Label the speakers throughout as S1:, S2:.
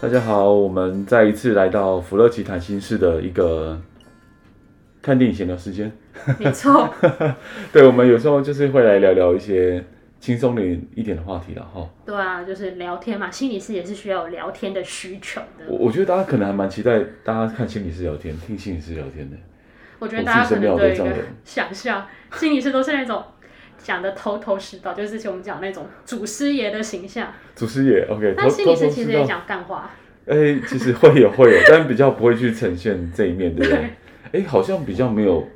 S1: 大家好，我们再一次来到福乐奇谈心室的一个看电影闲聊时间。
S2: 没错，
S1: 对，我们有时候就是会来聊聊一些轻松的一点的话题了哈。
S2: 对啊，就是聊天嘛，心理师也是需要有聊天的需求的。
S1: 我我觉得大家可能还蛮期待大家看心理师聊天、听心理师聊天的。
S2: 我觉
S1: 我
S2: 得
S1: 自
S2: 大家
S1: 己
S2: 可
S1: 身边
S2: 能
S1: 有
S2: 对
S1: 这
S2: 一
S1: 种
S2: 个
S1: 人
S2: 想象，心理师都是那种讲的头头是道，就是之前我们讲那种祖师爷的形象。
S1: 祖师爷，OK，
S2: 但心理师其实也
S1: 知道，
S2: 讲干话，
S1: 哎，其实会有会有，但比较不会去呈现这一面的人。哎，好像比较没有，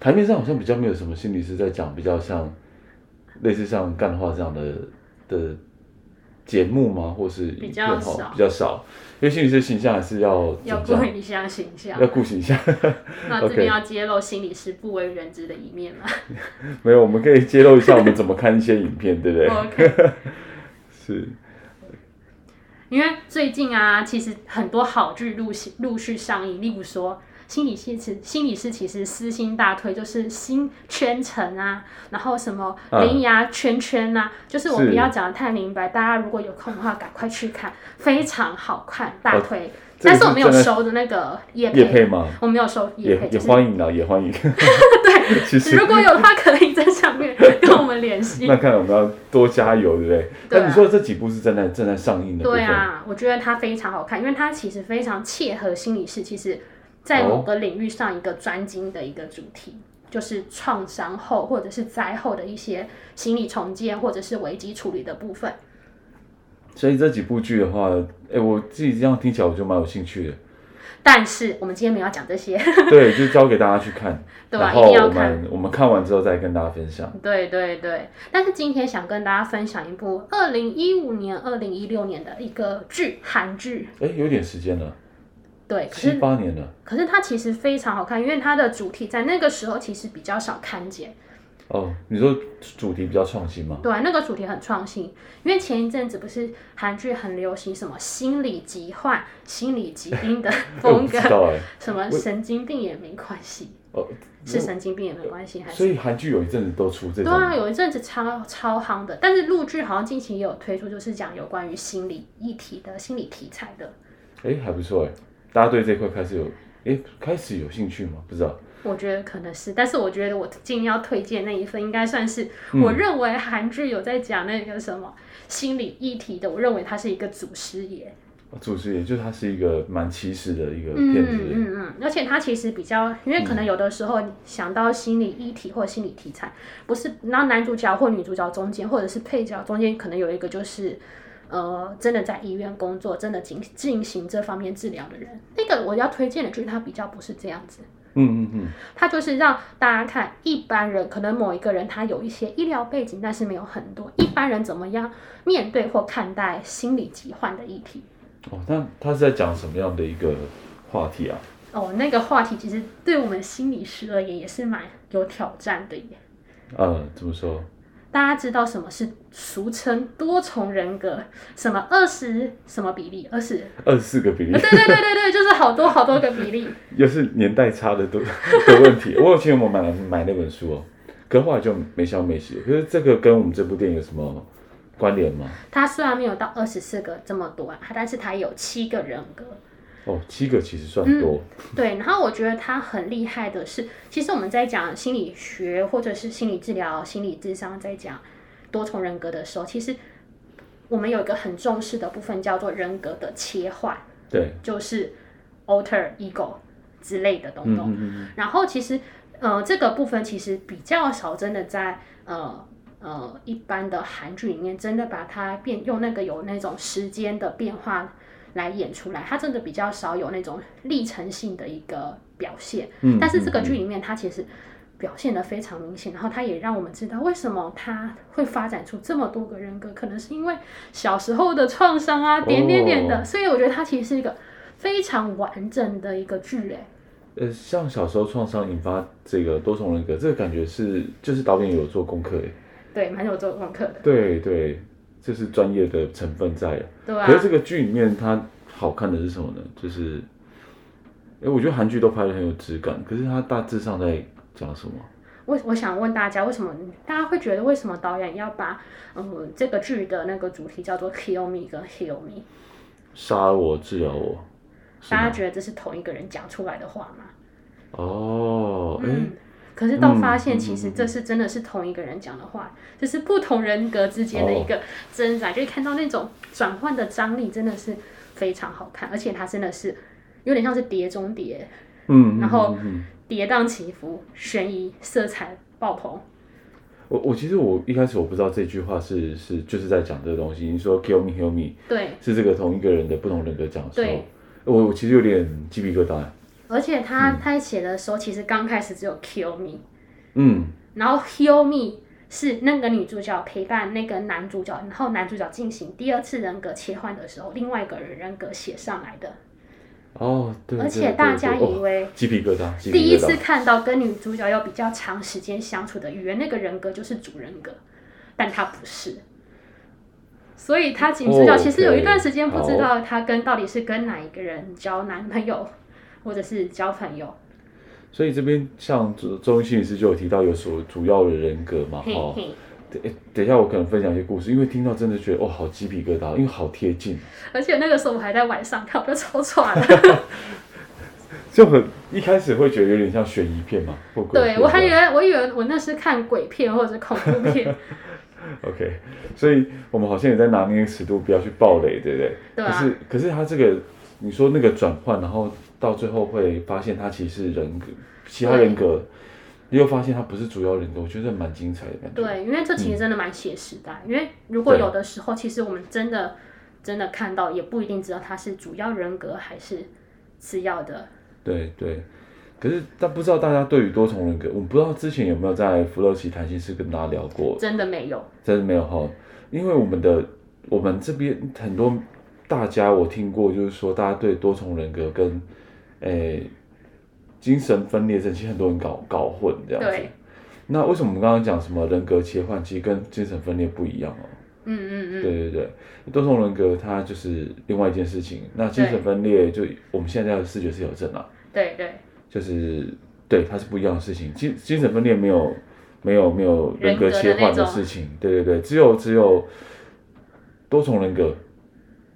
S1: 台面上好像比较没有什么心理师在讲比较像类似像干话这样的的节目吗？或是
S2: 比较
S1: 片哈
S2: 少
S1: 比较少，因为心理师形象还是要
S2: 要
S1: 怎
S2: 过
S1: 么讲
S2: 于理想形象
S1: 要。顾形象。
S2: 那这
S1: OK
S2: 边要揭露心理师不为人知的一面 嘛
S1: 没有，我们可以揭露一下我们怎么看一些影片，对 不对？
S2: ？OK，
S1: 是，
S2: 因为最近啊，其实很多好剧陆续陆续上映，例如说心理系其心理师其实私心大推，就是新圈层啊，然后什么
S1: 啊
S2: 铃芽圈圈啊，就是我
S1: 是
S2: 不要讲的太明白，大家如果有空的话，赶快去看，非常好看，大推。
S1: 哦这
S2: 但
S1: 个
S2: 是我没有
S1: 真的
S2: 收的那个叶
S1: 叶配吗？
S2: 我没有收叶
S1: 也
S2: 配，
S1: 也
S2: 就是
S1: 欢迎啦，也欢 迎。对， 其实
S2: 如果有的话，可以在上面跟我们 联 系
S1: 那。看来我们要多加油，对不对？
S2: 对
S1: 那
S2: 啊
S1: 你说这几部是正在正在上映的部
S2: 对
S1: 分，
S2: 啊，我觉得它非常好看，因为它其实非常切合心理师，其实在
S1: 哦
S2: 某个领域上一个专精的一个主题，就是创伤后或者是灾后的一些心理重建或者是危机处理的部分。
S1: 所以这几部剧的话，哎、我自己这样听起来我就蛮有兴趣的。
S2: 但是我们今天没有要讲这些，
S1: 对，就交给大家去看，
S2: 对吧、
S1: 然
S2: 一
S1: 后
S2: 定要
S1: 我
S2: 看。
S1: 们我们看完之后再跟大家分享。
S2: 对对对，但是今天想跟大家分享一部二零一五年、二零一六年的一个剧，韩剧。
S1: 哎，有点时间
S2: 嗯
S1: 了，
S2: 对，可
S1: 七
S2: 是
S1: 八年了
S2: 可是它其实非常好看，因为它的主题在那个时候其实比较少看见。
S1: 哦。你说主题比较创新吗？
S2: 对，啊那个主题很创新，因为前一阵子不是韩剧很流行什么心理疾患、心理疾病的
S1: 哎 我
S2: 风
S1: 不
S2: 格
S1: 知，道 哎、
S2: 什么神经病也没关系，
S1: 哦，
S2: 是神经病也没关系，还
S1: 所
S2: 是
S1: 以韩剧有一阵子都出这
S2: 哎对
S1: 种，
S2: 啊，有一阵子超超夯的，但是陆剧好像近期也有推出，就是讲有关于心理议题的心理题材的，
S1: 哎，还不错哎、大家对这块开始有哎开始有兴趣吗？不知道，
S2: 我觉得可能是，但是我觉得我今天要推荐那一份，应该算是
S1: 嗯
S2: 我认为韩剧有在讲那个什么心理议题的，我认为它是一个祖师爷。
S1: 哦主持也就它是一个蛮奇实的一个片子。
S2: 嗯嗯嗯，而且它其实比较，因为可能有的时候你想到心理议题或心理题材，不是，然后男主角或女主角中间，或者是配角中间，可能有一个就是，呃，真的在医院工作，真的进进行这方面治疗的人。那个我要推荐的剧，它比较不是这样子，
S1: 嗯嗯嗯，
S2: 它就是让大家看一般人，可能某一个人他有一些医疗背景，但是没有很多，一般人怎么样面对或看待心理疾患的议题。
S1: 哦，那它是在讲什么样的一个话题啊？
S2: 哦，那个话题其实对我们心理师而言也是蛮有挑战的耶。
S1: 呃，怎么说？
S2: 大家知道什么是俗称多重人格？什么二十什么比例？二十？
S1: 二十四个比例
S2: 对。对对对对，就是好多好多个比例。
S1: 又是年代差的都 的问题。我有请我买买那本书哦，可是后来就没消没息。可是这个跟我们这部电影有什么关联吗？
S2: 它虽然没有到二十四个这么多啊，但是它有七个人格。
S1: 哦，七个其实算多，
S2: 对，然后我觉得他很厉害的是，其实我们在讲心理学或者是心理治疗、心理智商，在讲多重人格的时候，其实我们有一个很重视的部分叫做人格的切换。
S1: 对，
S2: 就是 alter ego 之类的东
S1: 嗯
S2: 东。
S1: 嗯嗯
S2: 然后其实呃这个部分其实比较少，真的在呃呃一般的韩剧里面，真的把它变用那个有那种时间的变化来演出来，它真的比较少有那种历程性的一个表现。
S1: 嗯
S2: 但是这个剧
S1: 嗯
S2: 里面，它其实表现的非常明显，然后它也让我们知道为什么它会发展出这么多个人格，可能是因为小时候的创伤啊，
S1: 哦
S2: 点点点的。所以我觉得它其实是一个非常完整的一个剧哎、
S1: 呃，像小时候创伤引发这个多重人格，这个感觉是就是导演有做功课诶。
S2: 对，蛮有做功课的，
S1: 对对，这是专业的成分在啊。
S2: 对吧、
S1: 可是这个剧里面它好看的是什么呢？就是，哎、我觉得韩剧都拍的很有质感，可是它大致上在讲什么？
S2: 我我想问大家，为什么大家会觉得为什么导演要把嗯这个剧的那个主题叫做 “kill me” 跟 “heal me”？
S1: 杀了我，治疗我，是
S2: 大家
S1: 吗？
S2: 觉得这是同一个人讲出来的话吗？
S1: 哦，哎、
S2: 嗯，可是到发
S1: 嗯
S2: 现，
S1: 嗯
S2: 其实
S1: 嗯
S2: 这是真的是同一个人讲的话，这是不同人格之间的一
S1: 哦
S2: 个挣扎，就会看到那种转换的张力，真的是非常好看，而且它真的是有点像是碟中谍，
S1: 嗯，嗯
S2: 然后
S1: 嗯嗯嗯
S2: 跌宕起伏，悬疑色彩爆棚。
S1: 我我其实我一开始我不知道这句话是是就是在讲这个东西。你说 “kill me, heal me”
S2: 对，
S1: 是这个同一个人的不同人格讲的时候
S2: 对，
S1: 我我其实有点鸡皮疙瘩。
S2: 而且他他写的时候，其实刚开始只有 kill me，
S1: 嗯，
S2: 然后 heal me 是那个女主角陪伴那个男主角，然后男主角进行第二次人格切换的时候，另外一个人人格写上来的。
S1: 哦，对，
S2: 而
S1: 对
S2: 且
S1: 对
S2: 大家
S1: 对
S2: 以
S1: 哦
S2: 为
S1: 鸡皮疙瘩，鸡皮疙瘩
S2: 第一次看到跟女主角有比较长时间相处的语言，那个人格就是主人格，但他不是。所以他女主角其实有一段时间不知道他跟到底是跟哪一个人交男朋友，或者是交朋友。
S1: 所以这边像周周星驰就有提到有所主要的人格嘛，
S2: 嘿
S1: 哦，
S2: 嘿，
S1: 等等一下我可能分享一些故事，因为听到真的觉得哦好鸡皮疙瘩，因为好贴近，
S2: 而且那个时候我还在晚上看，我就超喘了。
S1: 就很一开始会觉得有点像悬疑片嘛，或鬼
S2: 对
S1: 片
S2: 我还以
S1: 这样
S2: 为我以为我那是看鬼片或者是恐怖片，
S1: OK，所以我们好像也在拿捏尺度，不要去暴雷，对不对？
S2: 对啊
S1: 可是可是他这个你说那个转换，然后到最后会发现他其实是人格，其他
S2: 对
S1: 人格。又发现他不是主要人格，我觉得蛮精彩的感觉。
S2: 对，因为这其实真的蛮写实的啊、因为如果
S1: 嗯对
S2: 有的时候，其实我们真的真的看到，也不一定知道他是主要人格还是次要的。
S1: 对对，可是但不知道大家对于多重人格，我们不知道之前有没有在福乐奇谈心室跟大家聊过，
S2: 真的没有，
S1: 真的没有哈，因为我们的我们这边很多大家我听过，就是说大家对多重人格跟诶、精神分裂症，其实很多人搞搞混这样子
S2: 对。
S1: 那为什么我们刚刚讲什么人格切换，其实跟精神分裂不一样哦？
S2: 嗯嗯嗯，
S1: 对对对，多重人格它就是另外一件事情。那精神
S2: 对
S1: 分裂就我们现在的视觉失调症啊，
S2: 对对，
S1: 就是对，它是不一样的事情。精精神分裂没有没有没有人格切换的事情，对对对，只有只有多重人格、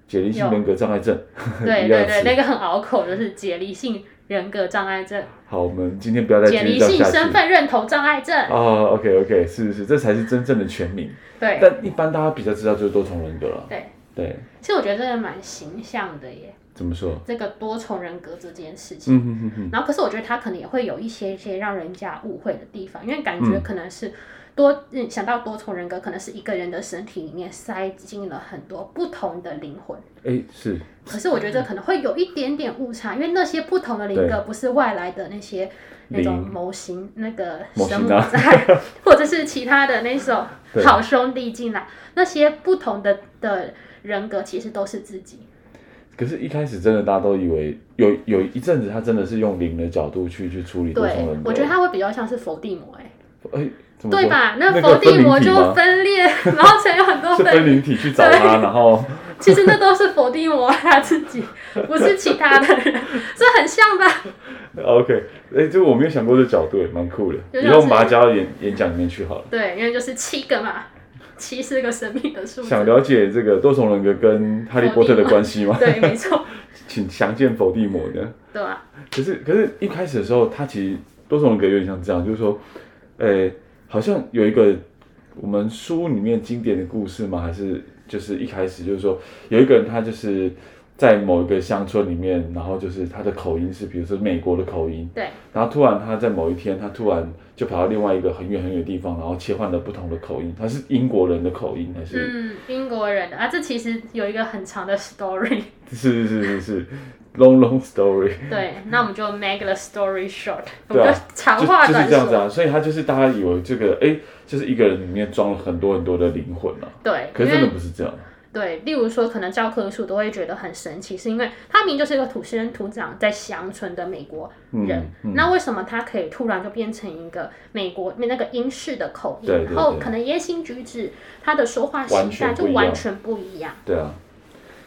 S1: 解离性
S2: 有
S1: 人格障碍症。
S2: 对
S1: 一样
S2: 对
S1: 的
S2: 对，
S1: 词
S2: 那个很拗口，就是解离性人格障碍症、
S1: 好，我们今天不要再继
S2: 解
S1: 续
S2: 离
S1: 聊
S2: 性
S1: 下
S2: 身
S1: 去。
S2: 份认同障碍症，
S1: 哦，OK OK，是是是，这才是真正的全名。
S2: 对
S1: 但一般大家比较知道就是多重人格了。
S2: 对。
S1: 对，
S2: 其实我觉得真的蛮形象的耶，
S1: 怎么说？
S2: 这个多重人格这件事
S1: 嗯
S2: 情。
S1: 哼哼哼，
S2: 然后，可是我觉得他可能也会有一些些让人家误会的地方，因为感觉
S1: 嗯
S2: 可能是多、嗯、想到多重人格，可能是一个人的身体里面塞进了很多不同的灵魂。
S1: 哎，是
S2: 可是我觉得这可能会有一点点误差，因为那些不同的灵
S1: 嗯对
S2: 格不是外来的那些那种
S1: 灵
S2: 模型、那个
S1: 模
S2: 神
S1: 型
S2: 母
S1: 啊
S2: 在， 或者是其他的那种
S1: 对
S2: 好兄弟进来，那些不同的的人格其实都是自己。
S1: 可是，一开始真的大家都以为有有一阵子，他真的是用零的角度去去处理多
S2: 对
S1: 重人，格。
S2: 我觉得他会比较像是伏地魔、欸，哎。
S1: 哎，怎么说
S2: 对吧？
S1: 那个
S2: 那伏
S1: 分
S2: 地
S1: 灵
S2: 魔
S1: 体
S2: 就
S1: 吗？
S2: 分裂，然后才有很多
S1: 是
S2: 分
S1: 分
S2: 裂。
S1: 灵体去找他，然后
S2: 其实那都是伏地魔他自己，不是其他的人，这很 像吧？
S1: OK，哎，这个我没有想过这角度，也蛮酷的。
S2: 就像
S1: 以
S2: 是
S1: 后我们把它加到演演讲里面去好了。
S2: 对，因为就是七个嘛，七是个神秘的数
S1: 想
S2: 字。
S1: 了解这个多重人格跟哈利波特的关系吗？
S2: 对，没错，
S1: 请详见伏地魔的。
S2: 对吧？
S1: 可是可是一开始的时候，他其实多重人格有点像这样，就是说，呃，好像有一个我们书里面经典的故事吗？还是就是一开始就是说有一个人他就是在某一个乡村里面，然后就是他的口音是比如说美国的口音，
S2: 对
S1: 然后突然他在某一天他突然就跑到另外一个很远很远的地方，然后切换了不同的口音，他是英国人的口音还 是？
S2: 嗯，英国人的啊，这其实有一个很长 的 story。
S1: 是是是是是，long long story。
S2: 对，那我们就 make the story short，我
S1: 对啊
S2: 们就长
S1: 就
S2: 话
S1: 就是
S2: 短
S1: 这样子
S2: 说。
S1: 啊，所以他就是大家以为这个哎、就是一个人里面装了很多很多的灵魂啊，
S2: 对，
S1: 可
S2: 因
S1: 是真的
S2: 为
S1: 不是这样啊。
S2: 对，例如说，可能教科书都会觉得很神奇，是因为他明明就是一个土生土长在乡村的美国人，
S1: 嗯嗯
S2: 那为什么他可以突然就变成一个美国那个英式的口音，
S1: 对对
S2: 然后
S1: 对
S2: 可能言行举止、他的说话
S1: 完
S2: 形
S1: 全
S2: 态就
S1: 不一
S2: 完
S1: 样
S2: 全不一样？
S1: 对啊，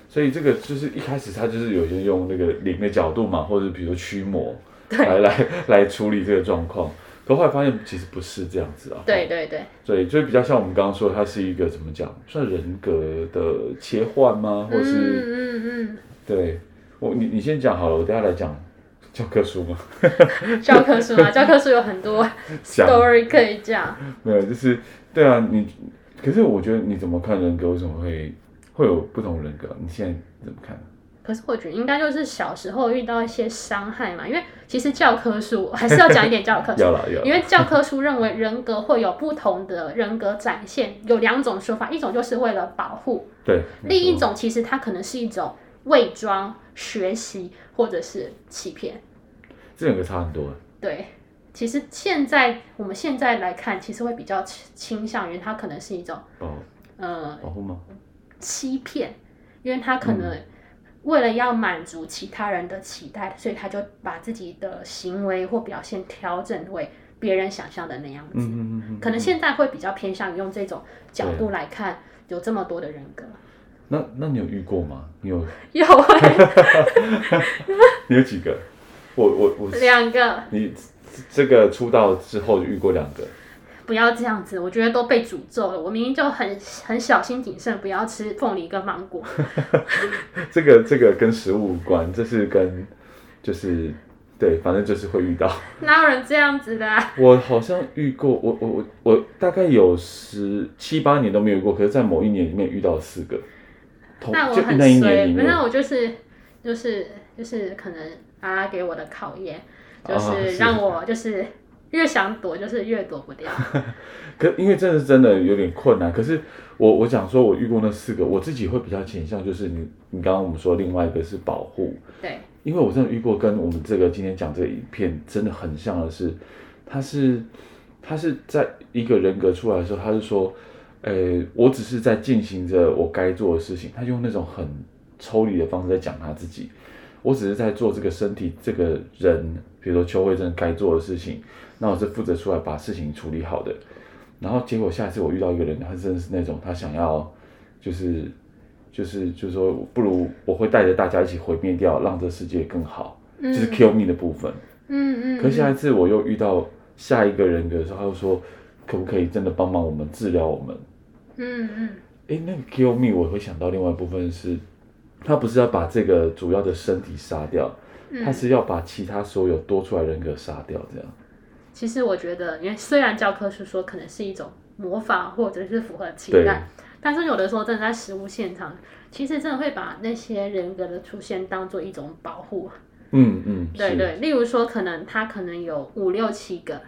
S1: 所以这个就是一开始他就是有些用那个零的角度嘛，或者比如说驱魔来来来处理这个状况，可后来发现其实不是这样子啊。
S2: 对对对，
S1: 对，所以比较像我们刚刚说，它是一个怎么讲，算人格的切换吗？或是、
S2: 嗯嗯
S1: 对我你你先讲好了，我等一下来讲教科书嘛。
S2: 嗯，教科书嘛，教科书有很多
S1: 讲
S2: story 可以讲。
S1: 没有，就是对啊，你可是我觉得你怎么看人格，为什么会会有不同人格？啊你现在怎么看？
S2: 可是我觉得应该就是小时候遇到一些伤害嘛，因为其实教科书还是要讲一点教科 书
S1: 要，啦要啦
S2: 因为教科书认为人格会有不同的人格展现，有两种说法，一种就是为了保护，
S1: 对，
S2: 另一
S1: 没错
S2: 种其实它可能是一种伪装、学习或者是欺骗。
S1: 这两个差很多。啊
S2: 对，其实现在我们现在来看，其实会比较倾倾向于它可能是一种
S1: 哦，
S2: 呃
S1: 保护吗？
S2: 欺骗，因为他
S1: 嗯
S2: 可能为了要满足其他人的期待，所以他就把自己的行为或表现调整为别人想象的那样子。
S1: 嗯嗯嗯嗯。啊
S2: 可能现在会比较偏向于用这种角度来看，有这么多的人格，
S1: 那那你有遇过吗？你有
S2: 有欸
S1: 你有几个？我我我，
S2: 两个，
S1: 你这个出道之后就遇过两个。
S2: 不要这样子，我觉得都被诅咒了。我明明就很很小心谨慎，不要吃凤梨跟芒果，
S1: 这个这个跟食物无关，这是跟就是对，反正就是会遇到。
S2: 哪有人这样子的啊、
S1: 我好像遇过，我我我我大概有十七八年都没有遇过，可是在某一年里面遇到了四个。同
S2: 那我
S1: 哦就
S2: 很
S1: 那一
S2: 衰
S1: 年里，面，
S2: 那我就是就是就是可能啊给我的考验，就
S1: 啊
S2: 是
S1: 是
S2: 让我就是越想躲，就是越躲不掉。
S1: 可因为这是真的有点困难。可是我我讲说，我遇过那四个，我自己会比较倾向就是你你刚刚我们说另外一个是保护，
S2: 对，
S1: 因为我真的遇过跟我们这个今天讲这个影片真的很像的是，他是他是在一个人格出来的时候，他是说，呃，我只是在进行着我该做的事情，他用那种很抽离的方式在讲他自己，我只是在做这个身体这个人，比如说邱慧珍该做的事情，那我是负责出来把事情处理好的，然后结果下一次我遇到一个人，他真的是那种他想要就是就是就是说，不如我会带着大家一起毁灭掉，让这世界更好， 就
S2: 嗯
S1: 是 kill me 的部分。
S2: 嗯嗯，
S1: 可是下一
S2: 嗯
S1: 次我又遇到下一个人格的时候，他又说，可不可以真的帮忙我们治疗我们？
S2: 嗯嗯
S1: 诶，那个 kill me 我会想到另外一部分是，他不是要把这个主要的身体杀掉，
S2: 嗯
S1: 他是要把其他所有多出来人格杀掉，这样。
S2: 其实我觉得，因为虽然教科书说可能是一种模仿或者是符合期
S1: 对
S2: 待，但是有的时候真的在实物现场，其实真的会把那些人格的出现当做一种保护。
S1: 嗯嗯，
S2: 对
S1: 是，
S2: 对，例如说，可能他可能有五六七个，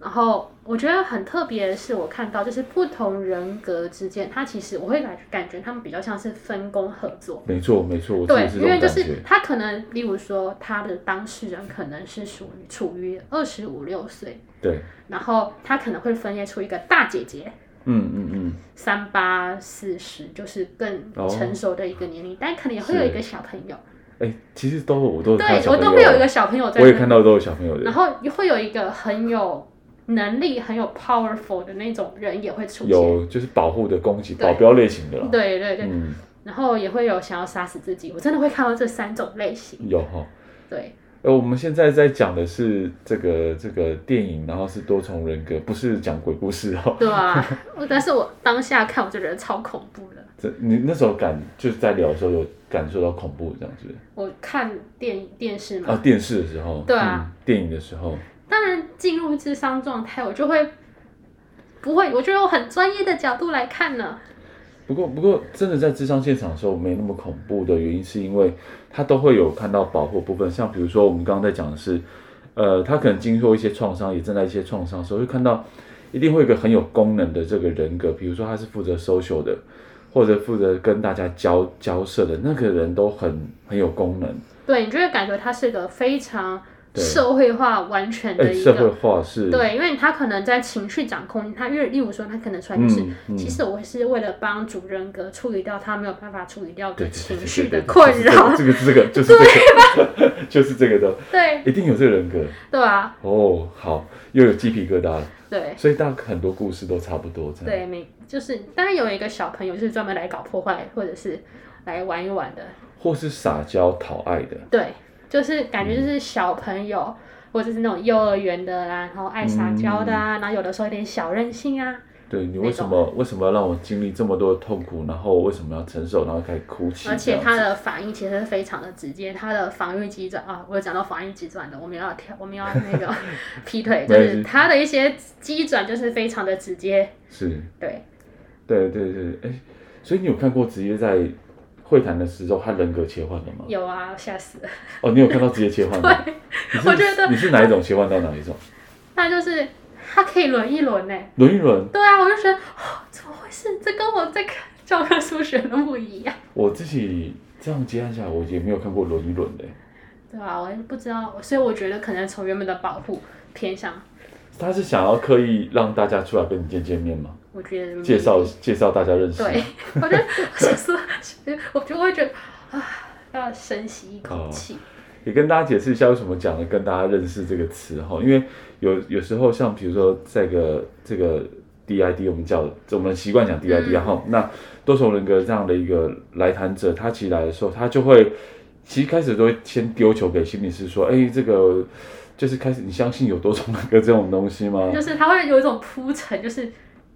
S2: 然后我觉得很特别的是，我看到就是不同人格之间，他其实我会感感觉他们比较像是分工合作。
S1: 没错没错，我自
S2: 对
S1: 己，是
S2: 因
S1: 这种
S2: 为就
S1: 感
S2: 是
S1: 觉。
S2: 他可能，例如说，他的当事人可能是属于处于二十五六岁，
S1: 对，
S2: 然后他可能会分裂出一个大姐姐，
S1: 嗯嗯嗯，
S2: 三八四十，就是更
S1: 哦
S2: 成熟的一个年龄，但可能也会有一个小朋友，
S1: 诶，其实都我都有看到
S2: 对
S1: 小
S2: 我
S1: 朋友
S2: 都会有一个小朋友在
S1: 我也
S2: 那
S1: 看到都有小朋友的
S2: 然，后会有一个很有能力、很有 powerful 的那种人也会出现。
S1: 有就是保护的攻击，
S2: 对
S1: 保镖类型的啦。
S2: 对对对，
S1: 嗯，
S2: 然后也会有想要杀死自己，我真的会看到这三种类型。
S1: 有哈。
S2: 对，
S1: 呃，我们现在在讲的是这个这个电影，然后是多重人格，不是讲鬼故事哦。
S2: 对 啊，我但是我当下看我就觉得超恐怖的。
S1: 这你那时候感就是在聊的时候有感受到恐怖这样子
S2: 我看电影电视嘛，
S1: 啊，电视的时候，
S2: 对啊
S1: 嗯，电影的时候，
S2: 当然进入智商状态，我就会不会，我就用很专业的角度来看呢。
S1: 不过，不过，真的在智商现场的时候没那么恐怖的原因，是因为他都会有看到保护部分，像比如说我们刚刚在讲的是，呃，他可能经过一些创伤，也正在一些创伤的时候，会看到一定会有一个很有功能的这个人格，比如说他是负责 social 的，或者负责跟大家交交涉的那个人都很很有功能，
S2: 对，你就会感觉他是个非常
S1: 对
S2: 社会化完全
S1: 哎，
S2: 的一
S1: 社会
S2: 个。
S1: 化是，
S2: 对，因为他可能在情绪掌控，他因为例如说，他可能出来就是，
S1: 嗯嗯，
S2: 其实我是为了帮主人格处理掉他没有办法处理掉
S1: 对对对
S2: 的情
S1: 对
S2: 绪
S1: 对
S2: 的
S1: 对
S2: 困扰，
S1: 这个这个就是这个， 就是这个的，
S2: 对
S1: 一定有这个人格
S2: 对啊，
S1: 哦。好，又有鸡皮疙瘩了，
S2: 对
S1: 所以大家很多故事都差不多这样。
S2: 对，每就是当然有一个小朋友就是专门来搞破坏或者是来玩一玩的，
S1: 或是撒娇讨爱的，
S2: 对，就是感觉就是小朋友。或者是那种幼儿园的啦、然后爱撒娇的啊，然后有的时候有点小任性啊，
S1: 对你
S2: 那
S1: 为什么为什么要让我经历这么多的痛苦，然后为什么要承受，然后开始哭泣这
S2: 而
S1: 样子？
S2: 且他的反应其实非常的直接，他的防御急转啊，我有讲到防御急转的，我们要跳，我们要那个劈腿，就
S1: 没
S2: 是
S1: 事
S2: 他的一些机转就是非常的直接，
S1: 是，
S2: 对，
S1: 对对对，哎，所以你有看过职业在会谈的时候他人格切换了吗？
S2: 有啊，吓死了。
S1: 哦，你有看到职业切换 吗？你是
S2: 我觉得
S1: 你是哪一种切换到哪一种？
S2: 那就是他可以轮一轮呢，
S1: 轮一轮，
S2: 对啊，我就觉得、哦、怎么回事？这跟我在看教科书学的不一样，
S1: 我自己这样接案下来，我也没有看过轮一轮的。
S2: 对吧、我也不知道，所以我觉得可能从原本的保护偏向，
S1: 他是想要刻意让大家出来跟你见见面吗？
S2: 我觉得嗯
S1: 介绍介绍大家认识。
S2: 对，我觉得我想说，我就会觉得啊，要深吸一口
S1: 哦
S2: 气。
S1: 也跟大家解释一下为什么讲的跟大家认识这个词哈，因为有有时候像比如说这个这个 DID 我们叫我们习惯讲 DID
S2: 嗯
S1: 哈、那多重人格这样的一个来谈者，他其实来的时候，他就会其实开始都会先丢球给心理师说，哎，这个就是开始你相信有多重人格这种东西吗？
S2: 就是它会有一种铺陈，就是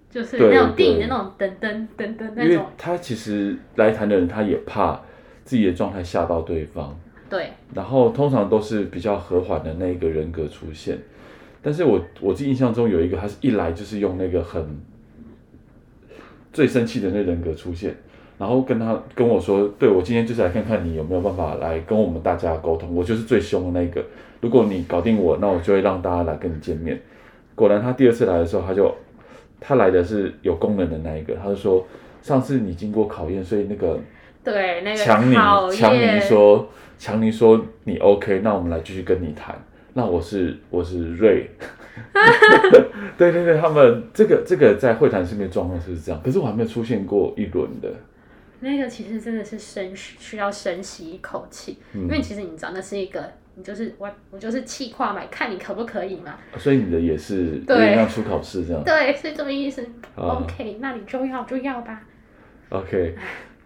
S2: 就是
S1: 对
S2: 那种电影的
S1: 对
S2: 那种噔噔噔噔
S1: 因
S2: 那
S1: 为
S2: 种，
S1: 他其实来谈的人他也怕自己的状态吓到对方，
S2: 对
S1: 然后通常都是比较和缓的那一个人格出现。但是我我记印象中有一个，他是一来就是用那个很最生气的那人格出现，然后跟他跟我说，对我今天就是来看看你有没有办法来跟我们大家沟通，我就是最凶的那个，如果你搞定我，那我就会让大家来跟你见面。果然他第二次来的时候，他就他来的是有功能的那一个，他就说上次你经过考验，所以那个
S2: 对，那个
S1: 强尼
S2: 讨，
S1: 强尼
S2: 厌，
S1: 说，强尼说你 OK，那我们来继续跟你谈。那我是我是瑞， 对对对，他们这个这个在会谈室面状况是这样，可是我还没有出现过一轮的，
S2: 那个其实真的是深需要深吸一口气，
S1: 嗯
S2: 因为其实你知道那是一个，你就是我我就是气化嘛，看你可不可以嘛，
S1: 所以你的也是有
S2: 对
S1: 点像出考试这样
S2: 对，是这个意思。
S1: 啊
S2: OK，那你就要就要吧，
S1: ，OK，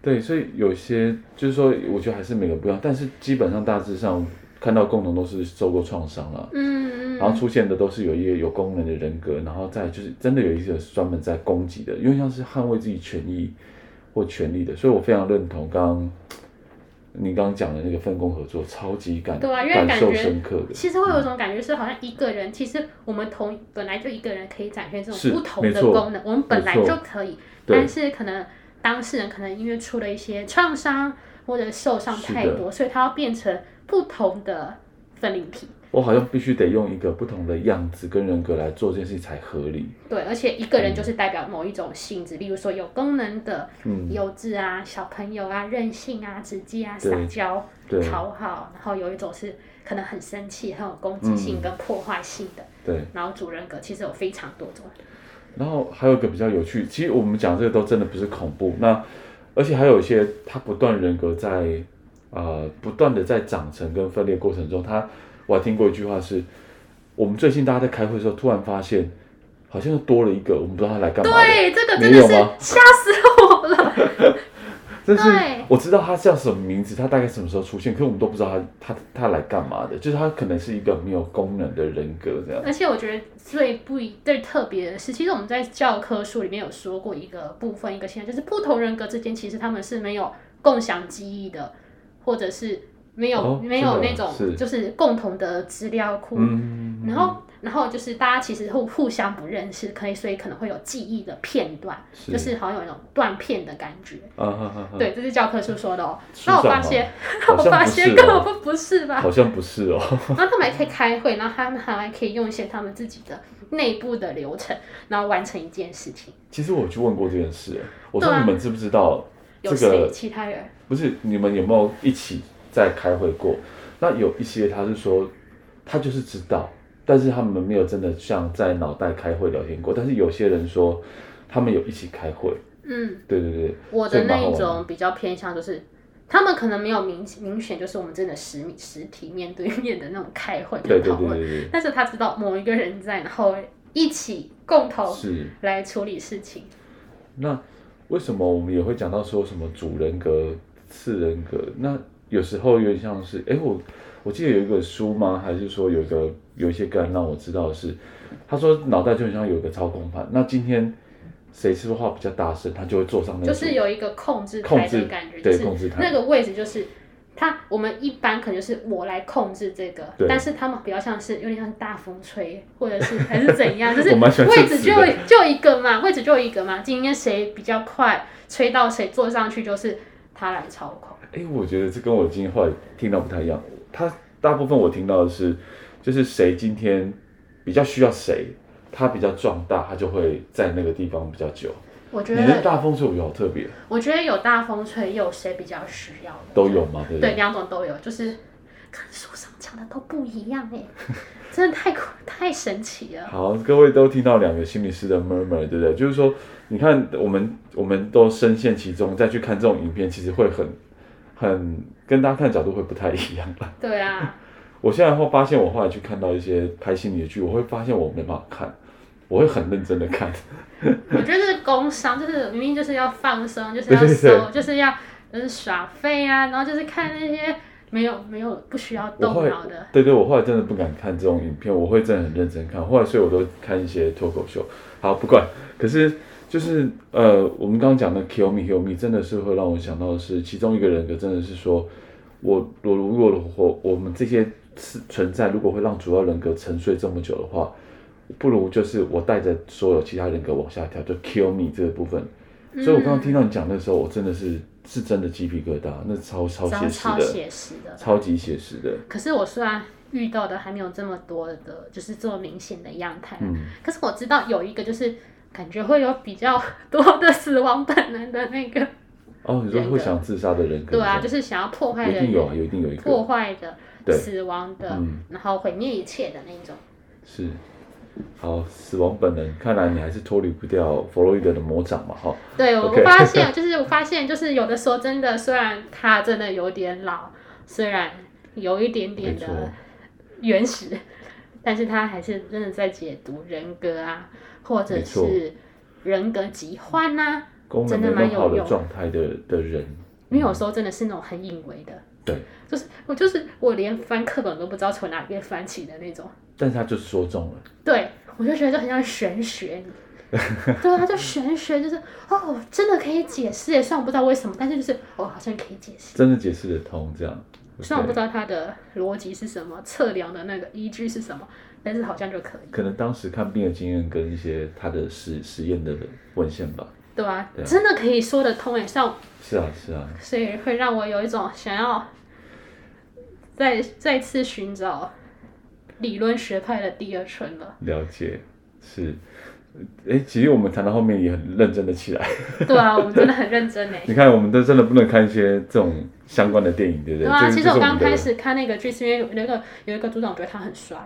S1: 对，所以有些就是说，我觉得还是每个不一样，但是基本上大致上看到共同都是受过创伤了。
S2: 嗯
S1: 然后
S2: 嗯，
S1: 出现的都是有一个有功能的人格，然后再就是真的有一些是专门在攻击的，因为像是捍卫自己权益或权利的，所以我非常认同刚刚你刚刚讲的那个分工合作，超级感
S2: 对啊因为
S1: 感
S2: 感
S1: 受
S2: 觉
S1: 深刻的，
S2: 其实会有一种感觉是好像一个人，其实我们同本来就一个人可以展现这
S1: 是
S2: 种不同
S1: 没
S2: 的
S1: 错
S2: 功能，我们本来
S1: 没错
S2: 就可以，
S1: 对
S2: 但是可能当事人可能因为出了一些创伤或者受伤
S1: 是的
S2: 太多，所以他要变成不同的分离体。
S1: 我好像必须得用一个不同的样子跟人格来做这件事情才合理。
S2: 对，而且一个人就是代表某一种性质，例如说有功能的、
S1: 嗯，
S2: 幼稚啊、小朋友啊、任性啊、直接啊、
S1: 对
S2: 撒娇、
S1: 对
S2: 讨好，然后有一种是可能很生气、很有攻击
S1: 嗯
S2: 性跟破坏性的，
S1: 对。
S2: 然后主人格其实有非常多种。
S1: 然后还有一个比较有趣，其实我们讲这个都真的不是恐怖，那而且还有一些他不断人格在呃不断的在长成跟分裂过程中，他我还听过一句话是，我们最近大家在开会的时候突然发现，好像又多了一个，我们不知道他来干嘛的。
S2: 对，这个
S1: 你
S2: 真的
S1: 有
S2: 是
S1: 吗
S2: 吓死我了。
S1: 但是
S2: 对
S1: 我知道他叫什么名字，他大概什么时候出现，可是我们都不知道他他他来干嘛的，就是他可能是一个没有功能的人格这样。
S2: 而且我觉得最不一最特别的是，其实我们在教科书里面有说过一个部分，一个现象，就是不同人格之间其实他们是没有共享记忆的，或者是没有、
S1: 哦
S2: 没
S1: 是的
S2: 有那种
S1: 是
S2: 就是共同的资料库。
S1: 嗯，
S2: 然后，然后就是大家其实互互相不认识，可以所以可能会有记忆的片段，
S1: 是
S2: 就是好像有那种断片的感觉。
S1: 啊哈哈哈，
S2: 对，这是教科书说的哦。
S1: 书
S2: 那我
S1: 上
S2: 发
S1: 哦
S2: 现，
S1: 好
S2: 我
S1: 像
S2: 发
S1: 不
S2: 现
S1: 是
S2: 根
S1: 哦
S2: 本不是吧？
S1: 好像不是哦。
S2: 然后他们还可以开会，然后他们还可以用一些他们自己的内部的流程，然后完成一件事情。
S1: 其实我有去问过这件事，我
S2: 对
S1: 说
S2: 啊
S1: 你们知不知道这
S2: 有谁？
S1: 个
S2: 其他人？
S1: 不是你们有没有一起在开会过？那有一些他是说，他就是知道，但是他们没有真的像在脑袋开会聊天过。但是有些人说他们有一起开会，
S2: 嗯，
S1: 对对对，
S2: 我的那
S1: 所以
S2: 一
S1: 蛮好玩
S2: 种比较偏向就是。他们可能没有明明显就是我们真的实体实体面对面的那种开会
S1: 对
S2: 跟
S1: 对
S2: 讨
S1: 对
S2: 论，
S1: 对对
S2: 但是他知道某一个人在，然后一起共
S1: 对，
S2: 同
S1: 是。
S2: 来处理事情。
S1: 那为什么我们也会讲到说什么主人格、次人格？那有时候有点像是，哎，我我记得有一个书吗？还是说有一个有一些个人让我知道的是，他说脑袋就很像有一个操控盘。那今天谁说话比较大声，他就会坐上那个
S2: 就
S1: 主
S2: 是有一个控制
S1: 控
S2: 台
S1: 制
S2: 的感觉，就
S1: 对
S2: 是
S1: 控制台
S2: 那个位置就是他，我们一般可能就是我来控制这个
S1: 对，
S2: 但是他们比较像是有点像大风吹，或者是还是怎样，就是
S1: 我蛮喜欢这
S2: 位
S1: 个
S2: 置
S1: 词
S2: 就
S1: 的
S2: 就一个嘛，位置就一个嘛，今天谁比较快吹到谁坐上去，就是他来操控。
S1: 哎，我觉得这跟我今天后来听到不太一样。他大部分我听到的是，就是谁今天比较需要谁，他比较壮大，他就会在那个地方比较久。
S2: 我觉
S1: 你的
S2: 得，
S1: 大风吹，我觉得好特别，
S2: 我觉得有大风吹，也有谁比较需要的，
S1: 都有嘛，对不
S2: 对，两种都有，就是看书上讲的都不一样哎、 真的太酷太神奇了。
S1: 好，各位都听到两个心理师的 murmur，对不对？就是说，你看我们我们都深陷其中，再去看这种影片，其实会很很跟大家看的角度会不太一样啦。
S2: 对啊，
S1: 我现在会发现，我后来去看到一些拍心理的剧，我会发现我没办法看，我会很认真的看。
S2: 我觉得这是工伤，就是明明就是要放松，就是要
S1: 对对对
S2: 收，就是要就是耍废啊，然后就是看那些没有没有不需要
S1: 我
S2: 动
S1: 会
S2: 脑的，
S1: 对对，我后来真的不敢看这种影片，我会真的很认真看。后来所以我都看一些脱口秀。好，不管，可是就是呃，我们刚刚讲的 “kill me, kill me” 真的是会让我想到的是，其中一个人格真的是说，我我如果我我们这些存在，如果会让主要人格沉睡这么久的话，不如就是我带着所有其他人格往下跳，就 “kill me” 这个部分。所以我刚刚听到你讲的时候，我真的是是真的鸡皮疙瘩，那超超哦
S2: 超
S1: 写实
S2: 超
S1: 的，
S2: 写实的。
S1: 超级写实的，
S2: 可是我虽然遇到的还没有这么多的，就是这么明显的样态，啊
S1: 嗯。
S2: 可是我知道有一个就是感觉会有比较多的死亡本能的那个，
S1: 哦，你说会想自杀的人格，
S2: 对啊，就是想要破坏
S1: 一定
S2: 人
S1: 有啊，
S2: 的、
S1: 有一定有一
S2: 破
S1: 个，
S2: 坏的、
S1: 对
S2: 死亡的
S1: 嗯，
S2: 然后毁灭一切的那种。
S1: 是。好，死亡本能，看来你还是脱离不掉弗洛伊德的魔掌嘛，哈。
S2: 对，我
S1: OK
S2: 发现 就是我发现就是有的时候真的，虽然他真的有点老，虽然有一点点
S1: 没错
S2: 的原始，但是他还是真的在解读人格啊，或
S1: 没
S2: 者
S1: 错
S2: 是人格疾患呐、啊，
S1: 功能
S2: 真的
S1: 没
S2: 蛮
S1: 那么好
S2: 有
S1: 的
S2: 用
S1: 状态的的人，
S2: 因为有时候真的是那种很隐微的，
S1: 对，
S2: 就是我就是我连翻课本都不知道从哪边翻起的那种，
S1: 但是他就是说中了，
S2: 对我就觉得就很像玄学。 对啊，他就玄学，就是哦，真的可以解释耶，虽然我不知道为什么，但是就是哦，好像可以解释。
S1: 真的解释得通，这样。
S2: 虽然我不
S1: OK
S2: 知道它的逻辑是什么，测量的那个依据是什么，但是好像就可以，
S1: 可能当时看病的经验跟一些他的实实验的文献吧。
S2: 对吧、
S1: 对啊
S2: 真的可以说得通诶，像
S1: 是啊，是啊，
S2: 所以会让我有一种想要再再次寻找理论学派的第二春了，
S1: 了解，是。哎，其实我们谈到后面也很认真的起来。
S2: 对啊，我们真的很认真诶。
S1: 你看，我们都真的不能看一些这种相关的电影， 对不对？
S2: 对啊，
S1: 这
S2: 其
S1: 这
S2: 实
S1: 是
S2: 我
S1: 们
S2: 刚
S1: 的
S2: 开始看那个剧是因为有那个有一个组长，我觉得他很帅，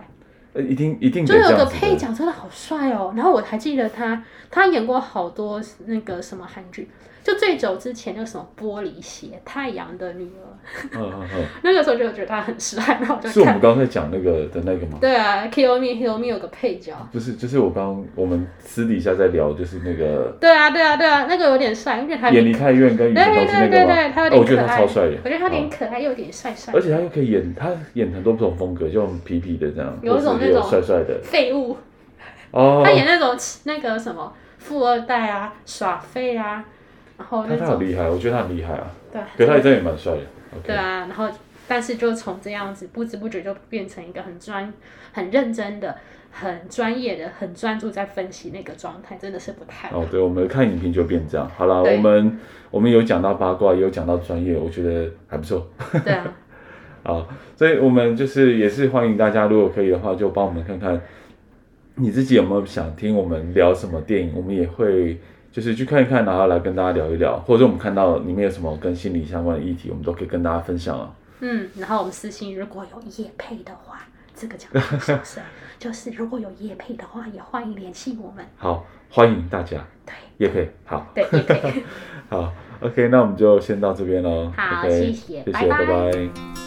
S1: 呃一定一定
S2: 就
S1: 得
S2: 有
S1: 这
S2: 个
S1: 样子的
S2: 配角真的好帅哦。然后我还记得他，他演过好多那个什么韩剧，就最久之前那个什么《玻璃鞋》《太阳的女儿
S1: 嗯嗯嗯，》，
S2: 那个时候就觉得他很帅，然后我
S1: 是
S2: 就
S1: 我们
S2: 看。
S1: 刚才讲那个的那个吗？
S2: 对啊，Kill Me Kill Me 有个配角。
S1: 不是，就是我刚我们私底下在聊，就是那个
S2: 对啊，对啊，对啊，那个有点帅，因为他
S1: 演离
S2: 点
S1: 开医院跟雨
S2: 对
S1: 神
S2: 对
S1: 同是那
S2: 对
S1: 个
S2: 对
S1: 吗？
S2: 对，他有
S1: 哦，
S2: 点
S1: 我觉
S2: 可
S1: 得他
S2: 爱，
S1: 超帅的，
S2: 我觉得他有点
S1: 哦
S2: 可爱又有点帅帅
S1: 而，且他又可以演，他演很多不同风格，就很痞痞的这样，
S2: 有一种
S1: 或者是也有
S2: 那种
S1: 帅帅的
S2: 废物。
S1: 哦。
S2: 他演那种那个什么富二代啊，耍废啊，然后
S1: 他
S2: 那
S1: 他好
S2: 种
S1: 厉害，我觉得他很厉害啊，
S2: 对啊，
S1: 可是他真的也蛮帅的。OK，
S2: 对啊，然后但是就从这样子不知不觉就变成一个很专、很认真的、很专业的、很专注在分析那个状态，真的是不太好。
S1: 哦，对，我们看影评就变这样。好啦，
S2: 对
S1: 我们我们有讲到八卦，也有讲到专业，我觉得还不错。
S2: 对啊，
S1: 好，所以我们就是也是欢迎大家，如果可以的话，就帮我们看看你自己有没有想听我们聊什么电影，我们也会就是去看一看，然后来跟大家聊一聊，或者我们看到里面有什么跟心理相关的议题，我们都可以跟大家分享啊。
S2: 嗯，然后我们私信如果有夜配的话，这个讲法是不是啊？就是如果有业配的话，也欢迎联系我们。
S1: 好，欢迎大家，
S2: 对
S1: 叶佩，好，
S2: 对，业配。
S1: 好，OK，那我们就先到这边喽。
S2: 好
S1: o k
S2: 谢谢
S1: 谢
S2: 拜
S1: 拜
S2: 拜
S1: 拜